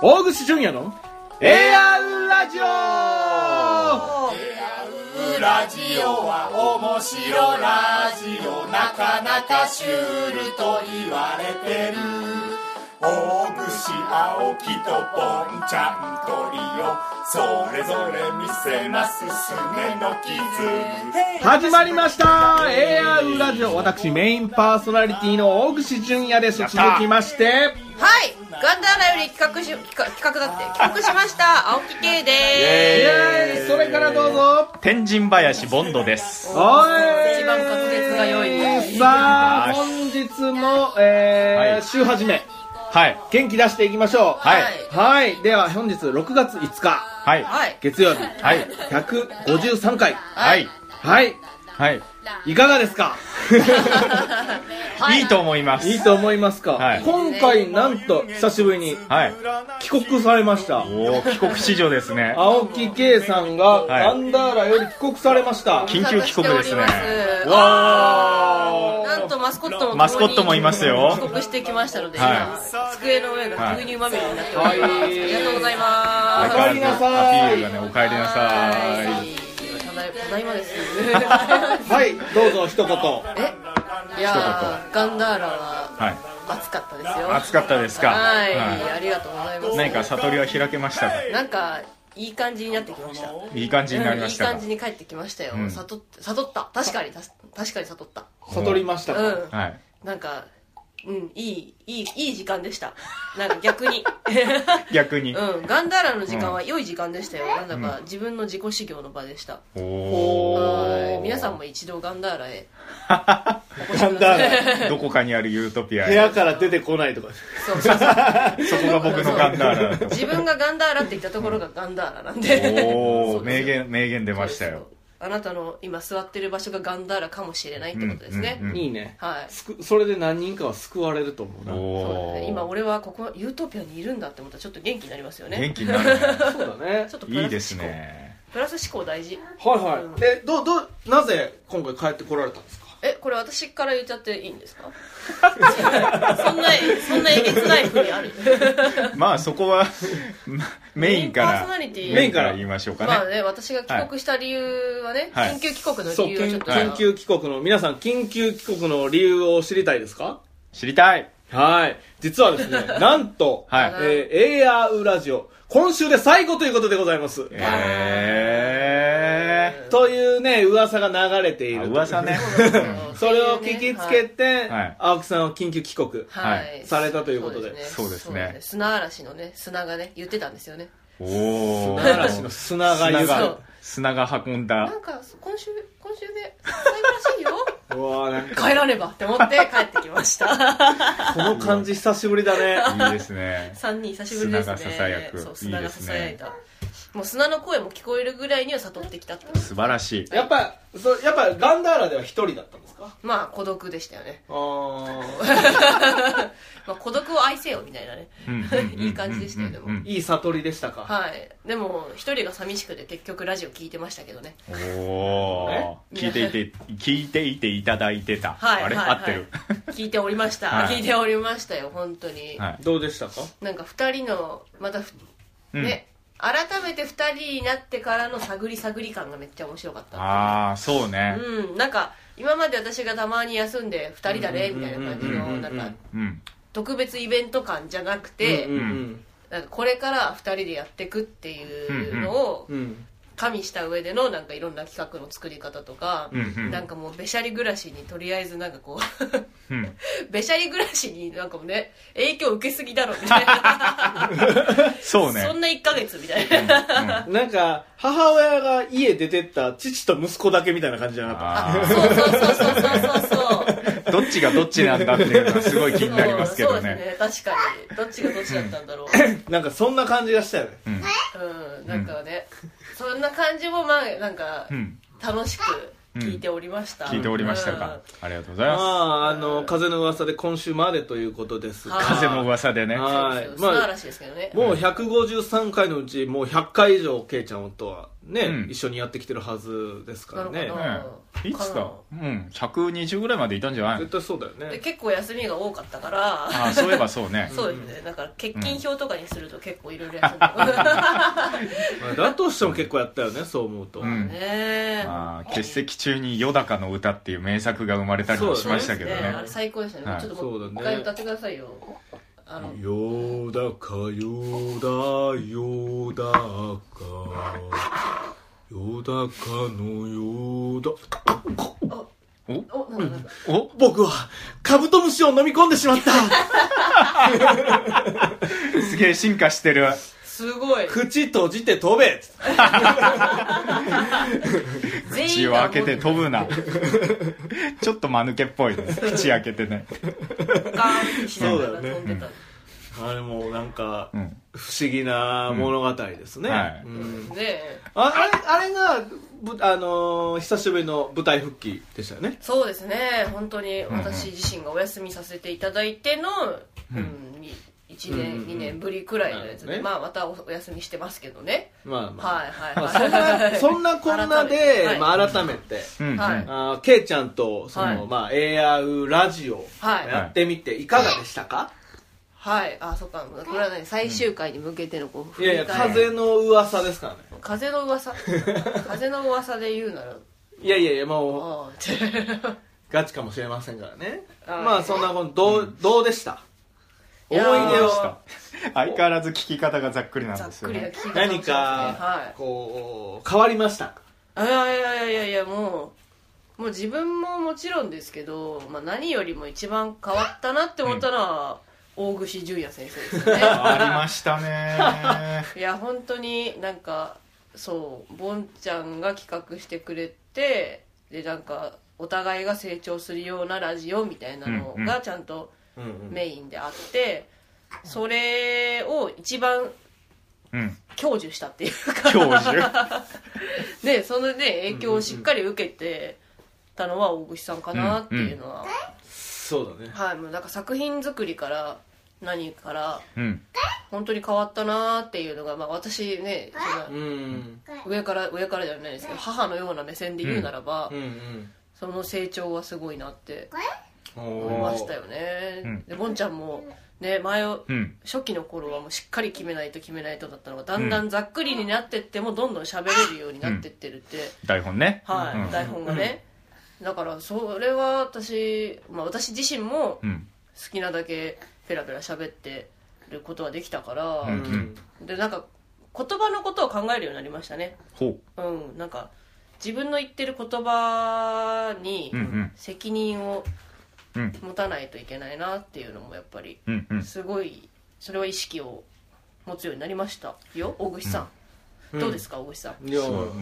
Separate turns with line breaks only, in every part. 大口純也のエアウラジオ
ラジオは面白ラジオなかなかシュールと言われてる大串青木とポンちゃんトリオそれぞれ見せますすねの傷
始まりましたエアウラジオ私メインパーソナリティの大口純也です
やっ
続
た
きまして
はいガンダーラより企画し企画企画だって企画しました青木圭
イ
で
エーイそれからどうぞ
天神林ボンドです
お
一番滑舌が良
い
い
さあ本日も、えー
はい
週始め
はい
元気出していきましょう
はい
はい、では本日6月5日
はい
すはい
月曜日
はい
153回
はい
はい
はい、
いかがですか
い、いと思います
いいと思いますか、
はい
今回なんと久しぶりに
はい
帰国されました
おお帰国史上ですね
青木圭さんが
はい
ガンダーラより帰国されました、
緊急帰国ですね
ご無沙汰しております
わ
なんとマスコットも共に
マスコットもいますよ
帰国してきましたので、
は
今机の上が牛乳まみれになっております、
はい
ありがとうござい
お
ます
おかえりなさい
アピールがねお帰りなさい
はいただいただいまです
はいどうぞ一言
えいやーガンダーラは
はい
暑かったですよ
暑かったですか
はい、ありがとうございます
何か悟りは開けましたか
なんかいい感じになってきました
いい感じになりました
うんい
か
い感じに帰ってきましたよ、
うん
悟っ悟った確かにた確かに悟った
悟りましたか、
うん
はい
なんかうんいいいいいい時間でしたなんか逆に
逆に、
うんガンダーラの時間は良い時間でしたよ、なんだか自分の自己修行の場でした、
お
はい
お
皆さんも一度ガンダーラへ
ガンダー
どこかにあるユートピア
ラ部
へ
屋から出てこないとか
そうそうそう
そこが僕のガンダーラだと
自分がガンダーラって言ったところがガンダーラなんで
お
そ
お
うです
名
よ
言名言出ましたよ
あなたの今座ってる場所がガンダーラかもしれないってことですね、
うんうんうん
いいね
はい
すくそれで何人かは救われると思うな
そうだ
お
ね
お
今俺はここユートピアにいるんだって思ったらちょっと元気になりますよね
元気になるね
そうだね
ちょっとプラス思考
いいですね
プラス思考大事
はいはいえどうどうなぜ今回帰ってこられたんですか
えこれ私から言っちゃっていいんですか そんなそんなえげつないふうにある
まあそこ はまメインか
メインパー
ら
ソナリティ
メインから言いましょうかね、
まあね私が帰国した理由はね、
はい
緊急帰国の
そう
理由
緊
をちょっと、
緊急帰国の皆さん緊急帰国の理由を知りたいですか
知りたい
はい実は ですねなんと、
はい
えー、AR ラジオ今週で最後ということでございます、
え
というね噂が流れてい
ー、あ
る
噂 ね
それを聞きつけて、
はい
青木さんを緊急帰国、
は
は
い、
い
されたということで
そうですね
そう砂嵐のね砂がね言ってたんですよね
おお
砂嵐の砂が
砂
ゆ
そ
が
が
う
砂が運んだ
なんか今週今週で最後らしいよ
うわーなんか
帰らねばって思って帰ってきました
この感じ久しぶりだね
いいですね
三人久しぶりですね
砂がささやく
そう砂
いい
が
で
さ
すね
さやいたもう砂の声も聞こえるぐらいには悟ってきたって
素晴ら しい
やっぱそうやっぱガンダーラでは一人だったんですか
まあ孤独でしたよね、
あー
まあ、孤独を愛せよみたいなね
うんうんうんうん
いい感じでしたよでも
うん
いい悟りでしたか
はいでも一人が寂しくて結局ラジオ聞いてましたけどね
おお聞いていて聞いていていただいてた、
はい
あれ、
はい
合ってる
聞いておりました、
はい
聞いておりましたよ本当に、
はい
どうでしたか
なんか二人のまたふ、
うん
ね改めて二人になってからの探り探り感がめっちゃ面白かった
ああそうね
うんなんか今まで私がたまに休んで二人だねみたいな感じ
うんうんうんう
の
ん
なんか
うん
特別イベント感じゃなくて、
うんうん
なんかこれから2人でやっていくっていうのを
うんうん
加味した上でのなんかいろんな企画の作り方とか、
うんうん
なんかもうべしゃり暮らしにとりあえずなんかこう
うん
べしゃり暮らしになんかもうね影響受けすぎだろみたいな
そうね
そんな1ヶ月みたいな
なんか母親が家出てった父と息子だけみたいな感じじゃなかった
あ
そう
ー
そうそうそうそうそうそう
どっちがどっちなんだっていうのはすごい気になりますけどね
そうそうですね確かにどっちがどっちだったんだろう
なんかそんな感じがしたよね
うんなんかね、そんな感じもまあなんか
うん
楽しく聞いておりました、
聞いておりましたか、ありがとうござい
ま
ま
ああの風の噂で今週までということですが
は
す
あ
風も噂でね
あ
うん、
はい
そうそう
まあ
砂嵐ですけどね、
もう153回のうちもう100回以上ケイちゃんとはね、
うん
一緒にやってきてるはずですから
なる
ね
ほど
いつだうん120ぐらいまでいたんじゃない
絶対そうだよ
で
ね
結構休みが多かったから
あそういえばそうね
そうですねだから欠勤表とかにすると結構いろいろ休んでる
まあだとしても結構やったよねそう思うと、
うん
ねえ
まあ欠席中に「よだかの歌」っていう名作が生まれたりもしましたけど
そうですね
ね
あれ最高でしたね、
はい
ちょっと
そ
も
うだ
う
ね
一回歌ってくださいよあの
よだかよだよだかよだかのよだ
おなんだなんだ
お
僕はカブトムシを飲み込んでしまった
すげえ進化してる
すごい
口閉じて飛べ
全
口
員
を
が
開けて飛ぶな ちょっと間抜けっぽいね口開けてね
ガーンって左から
そうだよね
飛んでた、
あれもなんか
うん
不思議な物語ですね、
うんはい
うん
ねえ
ああれあれがぶあのー久しぶりの舞台復帰でしたよね
そうですね本当に私自身がお休みさせていただいての、
う
うん1
んうんう
年、
ん
二2年ぶりくらいのやつ
な
で、
るほどね
まあまたおお休みしてますけどね、
まあまあ、
はいはい
そん
は
ない そんなこんなで
改めて
ま
はい
あ、改めて、
うんうん
はい
あーケイちゃんとその、
はい
まあ、エアウラジオ
はい
やってみていかがでしたか、
はいあそっかこれはね最終回に向けてのこう振
い、
り
や
返
いや
り
風の噂ですからね
風 の噂風の噂で言うなら
いやいやいやもう
ああ
ガチかもしれませんからね
はい
まあそんなことどう,、どうでした
い
思い
や
出
ー
を
相変わらず聞き方がざっくりな
ざ
ん
っ
ですよ
くりな聞
ね
き方をしますね
何か
はい
こう変わりました
あいやいやいやいやもうもう自分ももちろんですけど、まあ、何よりも一番変わったなって思ったのは、大串淳也先生ですよね
ありましたね
いや本当になんかそうボンちゃんが企画してくれてでなんかお互いが成長するようなラジオみたいなの
うんう
がちゃんと
うんうん
メインであってそれを一番
うん
享受したっていう
教
か
授
でそのね影響をしっかり受けてたのは大串さんかなっていうのは、
そうだね
はいもうなんか作品作りから何から
うん
本当に変わったなっていうのが、まあ、私ねそ
うんうん
の上から上からじゃないですけど母のような目線で言うならば、
うん
その成長はすごいなって
うん
思いましたよね、
うん
でボンちゃんもね前を
うん
初期の頃はもうしっかり決めないと決めないとだったのがだんだんざっくりになってってもどんどん喋れるようになってってるって、
台本ね
はい、
うん
台本がね、だからそれは私、まあ、私自身も
うん
好きなだけペラペラ喋ってることはできたから、
う
うん
でなんか言葉のことを考えるようになりましたね
ほ
うんなんか自分の言ってる言葉に
うんうん
責任を
ううん
持たないといけないなっていうのもやっぱり
うんうん
すごいそれは意識を持つようになりましたよ大串さん、
うん
どうですか大串さん
いや
そう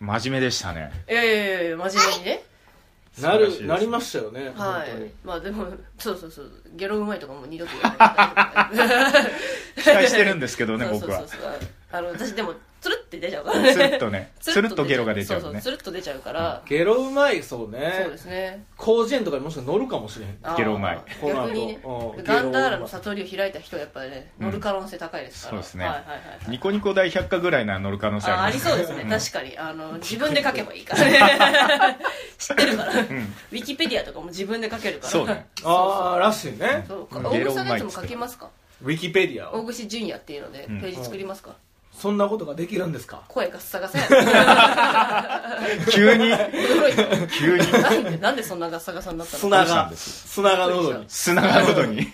真面目でしたね
いやいやいや真面目にね
な
素晴らしいです
るなりましたよね
は
本当に
いまあでもそうそうそうゲロうまいとかもう二度と言わない
期待してるんですけどね
そうそう
僕
そう
は
そうあの私でも つるって出ちゃうから
つるっ
ね
とねつるっとゲロが出ちゃう
そ
の
うそう
ね
つるっと出ちゃうから、
ゲロうまいそうね
そうですね
広辞苑とかにもしかしたら乗るかもしれへん
あー
ゲロうまい
この後
逆にね
うん
ガンダーラの悟りを開いた人はやっぱりね乗る可能性高いですから、
うんそうですね
はいはいはいはい
ニコニコ大百科ぐらいなら乗る可能性
ああ
あり
り
ます
そうですね確かにあの自分で書けばいいから ね知ってるから、ウィキペディアとかも自分で書けるから
そうね
ああらしいね
そう
う
か
ん
大串さんのやつも書きますか
ウィキペディア
大
を
串ジュニアっていうのでペ
ん
ージ作りますか、
そんなことができるんですか
声がガッサガサや
急に
驚いた
急に
なんでなんでそんなガッサガサになったの
砂
したん
が
です
砂が喉に
砂が喉に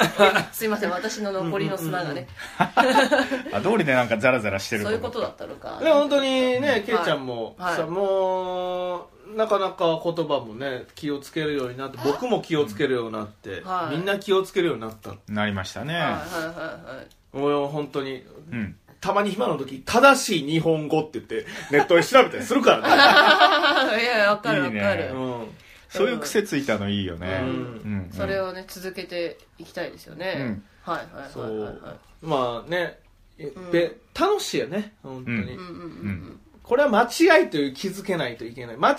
すいません私の残りの砂がね、
あ通りでなんかザラザラしてる
そういうことだったのか
でも本当にねケイちゃんも
はい
さもうなかなか言葉もね気をつけるようになって僕も気をつけるようになって
はい
みんな気をつけるようになった
なりましたね
はいはいはいはい
もう本当に
うん
たまに暇の時正しい日本語って言ってネットで調べたりするからね
あいやいやわかるわか
い
る
いね
うん
そういう癖ついたのいいよね
うん
うん
それをね続けていきたいですよね、
うん
はいはい
そ
はいはいはいう
まあねで楽しいよね本当に
うんうんうん
うん
これは間違いという気づけないといけない間違っ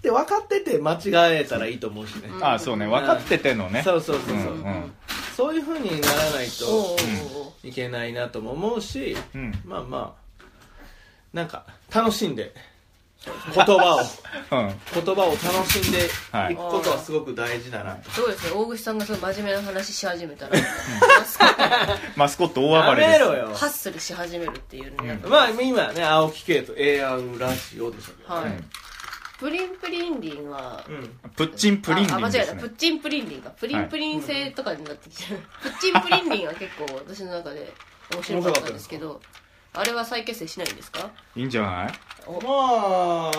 て分かってて間違えたらいいと思うしね、
あそうね分かっててのね
そうそうそうそう、
うんうん
そういうふうにならない
おうおう
と
おう
いけないなとも思うし
うん
まあまあなんか楽し んで言葉を
うん
言葉を楽しんで
はい
いくことはすごく大事だな
どうですね大口さんがそう真面目な話し始めた らマスコットが
マ
や
スコット大暴れで
め
す
ろよ
ハッスルし始めるっていうね、
まあ今ね青木圭と AR ラジオでしょ
はい、
うん
プリンプリンリンは
うん
プッチンプリンリ
ああ
ン
間違
で
えた
すね
プッチンプリンリンがプリンプリン製とかになってきてる、プッチンプリンリンは結構私の中で面白かったんです けどあれは再結成しないんですか
いいんじゃない
まあ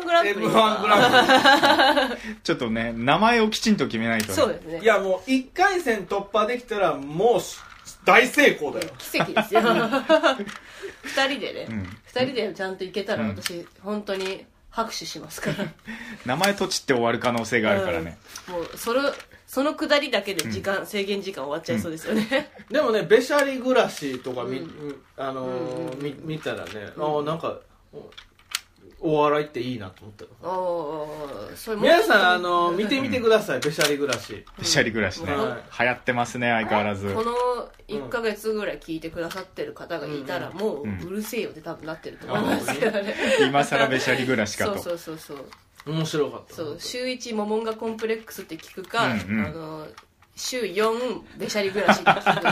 M1 グランプリ
M1 グランプ
ちょっとね名前をきちんと決めないとね
そうです ね
リいやもう1回戦突破できたらもうし大成功だよ
奇跡ですよ二人でね、
うん
二人でちゃんといけたら
うん
私、本当に拍手します から
名前とちって終わる可能性があるからね、
うんもうそれそのくだりだけで時間、制限時間終わっちゃいそうですよね、
でもねべしゃり暮らしとか見,、あのー
うん
み見たらね、ああなんかおお笑いっていいなと思ったよ
おー おーそれも
皆さんあのー見てみてくださいべしゃり暮らし
べしゃり暮らしね、
は
流行ってますね相変わらず
この1ヶ月ぐらい聞いてくださってる方がいたらもううるせえよって多分なってると思いますけどね
今更べしゃり暮らしか
そ
と
うそうそうそう
面白かった
そう週1モモンガコンプレックスって聞くか、
うんうん
あの週4べしゃり暮らしって聞く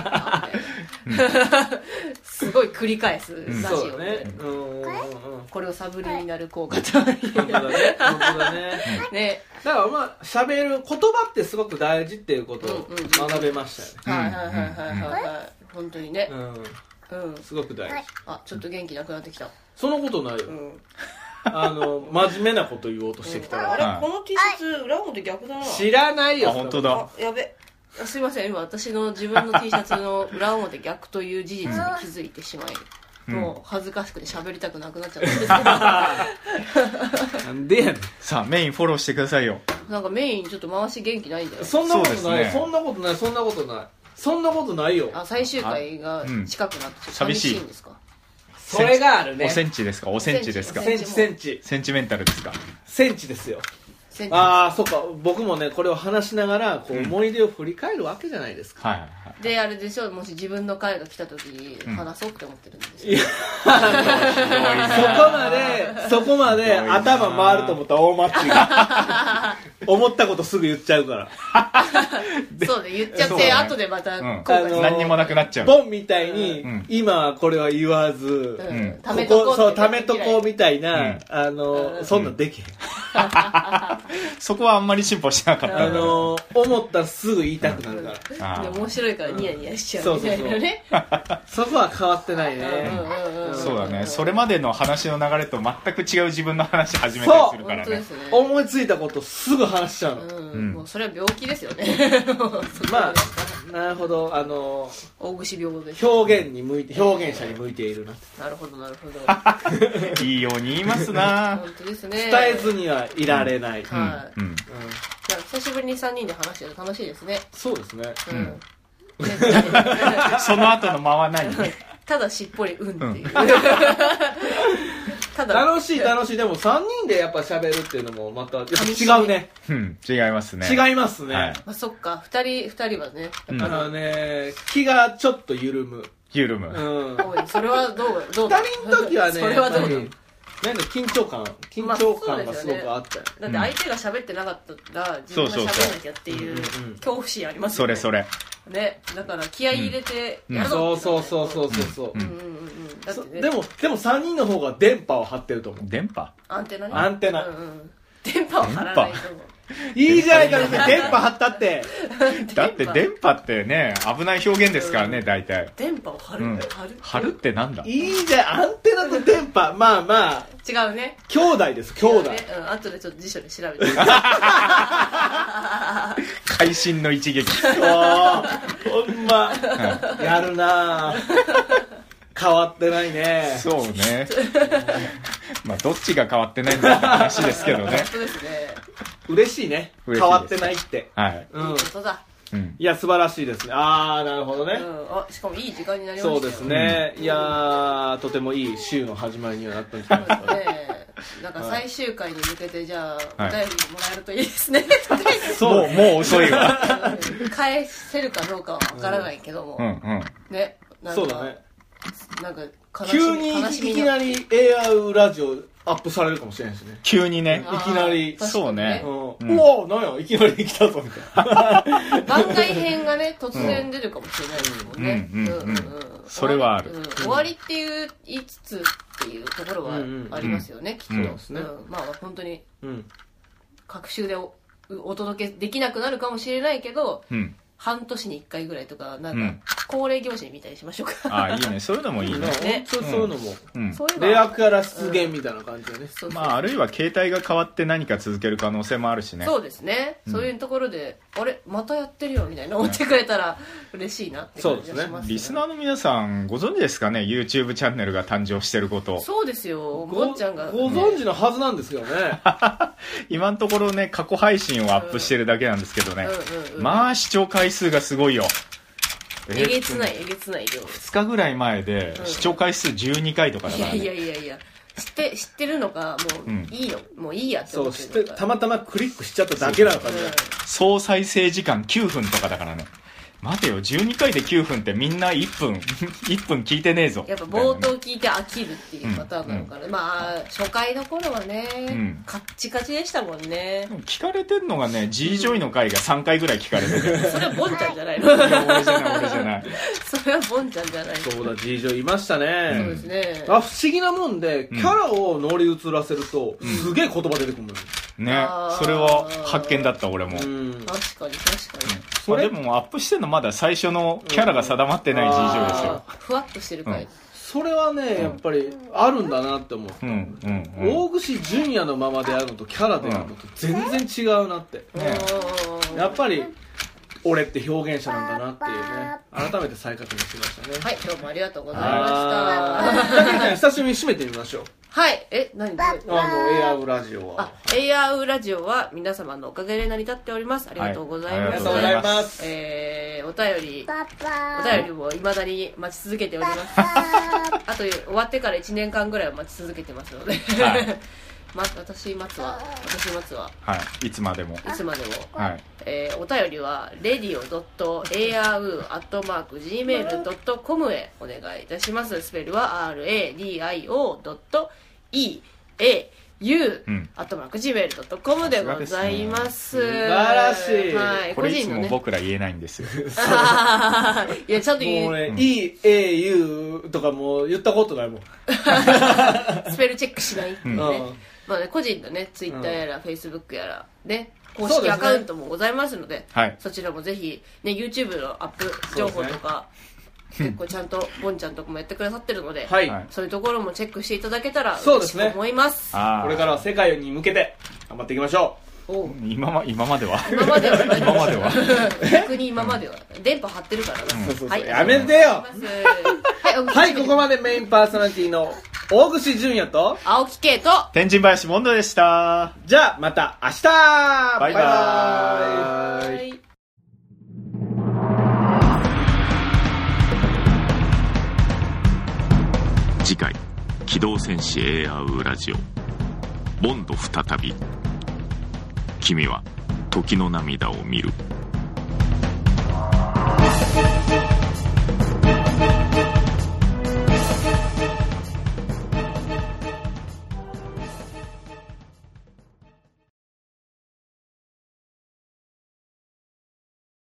か、 すごい繰り返すラジ
そう
オ
だ
で、
ねうんうんうんうん
これをサブリミナル効果とは言
本当だね本当だね
うね、
だからまあ喋る言葉ってすごく大事っていうことを
うんうんうん
学べましたよね
うん
はいはいはいはいはいはい本当にね
うん
うん
すごく大事
あちょっと元気なくなってきた
そのことないよ
うん
あの真面目なこと言おうとしてきた
あ
ら
れ、
はい
この T シャツ裏表逆だな
知らないよ
あ本当だ
あやべあすいません今私の自分の T シャツの裏表逆という事実に気づいてしまい、もう恥ずかしくて喋りたくなくなっちゃったんですけど
なんでやねん
さあメインフォローしてくださいよ
なんかメインちょっと回し元気ないんだよ
そんなこと
そう
ない、
ですね
そんなことないそんなことないそんなことないよ
あ最終回が近くなってちょっと寂しいんですか、
それがある
お
ね
セ
セン
ンチですかおセンチですか
お
チセンチ
センチメンタルですか
センチですよ
センチ
ああそっか僕もねこれを話しながらこう
うん
思い出を振り返るわけじゃないですか、
はいはいはい
であれでしょもし自分の回が来た時に
ん
話そうって思ってるんです
い
よ、
やそこまでそこまで頭回ると思ったら大間違い思ったことすぐ言っちゃうから
そうで言っちゃっ
そ
て、
うだね
後でまた後
あ
悔
の
す
ー
る、
何にもなくなっちゃう
ボンみたいに、
うん
今はこれは言わず、
うん
ん
貯めと
ここ
こうって
そうためとこうみたいな、
うん
あのー、
うん
そんなんできへん、
そこはあんまり進歩しなかった
あ
んだ
のー、思ったらすぐ言いたくなるから、
あ
で
ー
面白いからニヤニヤしちゃうみたいなね
そこは変わってないね、
うんんん
そうだねそれまでの話の流れと全く違う自分の話始めたりするから
本当で
ね
すね
思いついたことすぐ話しちゃうの、
うんもうそれは病気ですよねもうそこ
ま
は
あなるほどあのー
大串病です
表現に向いて表現者に向いているな
なるほどなるほど
いいように言いますな
本当ですね
伝えずにはいられない、
う
うん
ん
は
うん
なんか久しぶりに3人で話してて楽しいですね
そうですね
うんん
その後の間はないね
ただしっぽりうんっていう ただ
楽しい楽しいでも3人でやっぱ喋るっていうのもまたやっぱ違うね
うん違いますね
違いますね、
はい
まあそっか2人二人はね
うん
あのね気がちょっと緩む
緩
う
む
ん2
おいそれはどうどう
人の時はね
それはどう
やっぱ
だ
りなんか緊張感緊張感がすごくあったよ、
だって相手が喋ってなかったら自分が喋んなきゃっていう恐怖心あります
そ
よ
れ
ね
それ
ねだから気合い入れて
うん
やる
そ
ぞ
うそうそうそうそうそう、
うん
うんうんうんだっ
そ
てね
でもでも3人の方が電波を張ってると思う
電波
アンテナね
アンテナ
うんうん電波を張らないと思う
いいじゃないか別に電波張ったって
だって電波ってね危ない表現ですからね大体
電波を張る、
うん
張る
張るってなんだ
いいじゃんアンテナと電波まあまあ
違うね
兄弟です兄弟
違うねうん後でちょっと辞書で調 べて
会心の一撃
おーほんまやるなあ変わってないね
そうねまあどっちが変わってないんだって話ですけどね
本当ですね
嬉しいね
嬉しいです
変わってないって
はい、
う
いい
ん
ことだ、
うん、
いや素晴らしいですねああなるほどね、
うん、あしかもいい時間になりました
そ
よ
うですね、いやーとてもいい週の始まりにはなったんじゃ
そ
な
う
い
で
ですすか
ねなんか最終回に向けてじゃあお便りも
はい
らえるといいですね、
もうもう遅いわ
うん返せるかどうかは分からないけども、
うんうん
ねなんか
そうだね
なんか悲しみ
急に
悲しみ
い
の
きなり AI ラジオアップされるかもしれないですね。
急にね
あー
いきなり
確かに
そうね
うん、う
うん
わなんやいきなり来たぞみたいな
番外編がね突然出るかもしれないですもんね
うんうんうんそれはある
うん終わりっていう言いつつっていうところはありますよね、きっと、
うん
そうですね
うんまあ本当に
うん
各週でおお届けできなくなるかもしれないけど
うん
半年に1回ぐらいとかな
うんん
か恒例行事みたいにしましょうか、
ああいいねそういうのもいいね
ね
そうそういうのも、
うん
そういえば
レアから出現みたいな感じでね、
そうそう
まああるいは携帯が変わって何か続ける可能性もあるしね
そうですね、
うん
そういうところであれまたやってるよみたいな思ってくれたら嬉しいなって感じがしますね
リスナーの皆さんご存知ですかね YouTube チャンネルが誕生してることを
そうですよゴンちゃんが
ご存知のはずなんですけどね
今のところね過去配信をアップしてるだけなんですけどね、
うんうんうん
まあ視聴回数がすごいよ
えげつないいえげつない量
2日ぐらい前で
うん
視聴回数12回とかだ
い
から
や
ね
いやいやいや知って知ってるのかもう、
うん
いいよもういいやって
そ
思
う
っ
してて
るのか
たまたまクリックしちゃっただけなのか
うん
ね
総再生時間9分とかだからね待てよ12回で9分ってみんな1分1分聞いてねえぞ
やっぱ冒頭聞いて飽きるっていうパターンなのかな、まあ初回の頃はね、
ん
カッチカチでしたもんね
でも聞かれてんのがね G ジョイの回が3回ぐらい聞かれてて
それはボンちゃんじゃないの
俺じゃない俺じゃない
それはボンちゃんじゃないの
そうだ G 上いました
そう
ね、
ですね
あ不思議なもんでキャラを乗り移らせると、すげえ言葉出てくるのよ
ね
あー
それは発見だった俺も、
うん
確かに確かに
それ
まあでもアップしてんのまだ最初のキャラが定まってない事情ですよ
あーふわっとしてる回、
うん
それはねやっぱりあるんだなって思う、
うんうんうん
大串純也のままであるのとキャラであるのと全然違うなって、
ね
うん
やっぱり俺って表現者なんだなっていうね改めて再確認しましたね
はいどうもありがとうございました
あー 竹内さん久しぶりに締めてみましょう
はいえ何どう
あのエアウラジオは
あ、エイヤーウラジオは皆様のおかげで成り立っております。ありがとうござい
は
あ
ま
りが
す。
とうございます
えー、お便り、
Papa.
お便りを未だに待ち続けております。あと、終わってから1年間ぐらいは待ち続けてますので。
はい
ま、私待つわ。私待つわ。
はいいつまでも
いつまでも。
はい
えー、お便りは radio.aru.gmail.com へお願いいたしますスペルは radio.eau
うん
あとマーク gmail.com でございます
さすがですね素晴らしい
は
こ
い、個
れいつ
人の
も
ね
僕ら言えないんですよ
いやちゃんと
も
言
う
う
ね、いい au とかもう言ったことないもん、
スペルチェックしないってい
う
うね,、
ん
まあ、ね個人のねツイッターやらフェイスブックやらね公
そう
式
ですね
アカウントもございますので
はい
そちらもぜひ、ね、YouTube のアップ情報とか、結構ちゃんとボンちゃんとかもやってくださってるので、
はい、
はい
そういうところもチェックしていただけたら
そうで
嬉し
す
く
ね
思います
ああ
これからは世界に向けて頑張っていきましょ
おう
今ま今までは
今までは
今までは
逆に今までは電波張ってるからな、
う、そうそうそう
はい
やめてよ
ありがとうございますは
はいいここまでメインパーソナリティの大串純也と
青木圭と
天神林モンドでした
じゃあまた明日
バイバーイ
はい
次回「機動戦士 AR ラジオ」「ボンド再び」君は時の涙を見る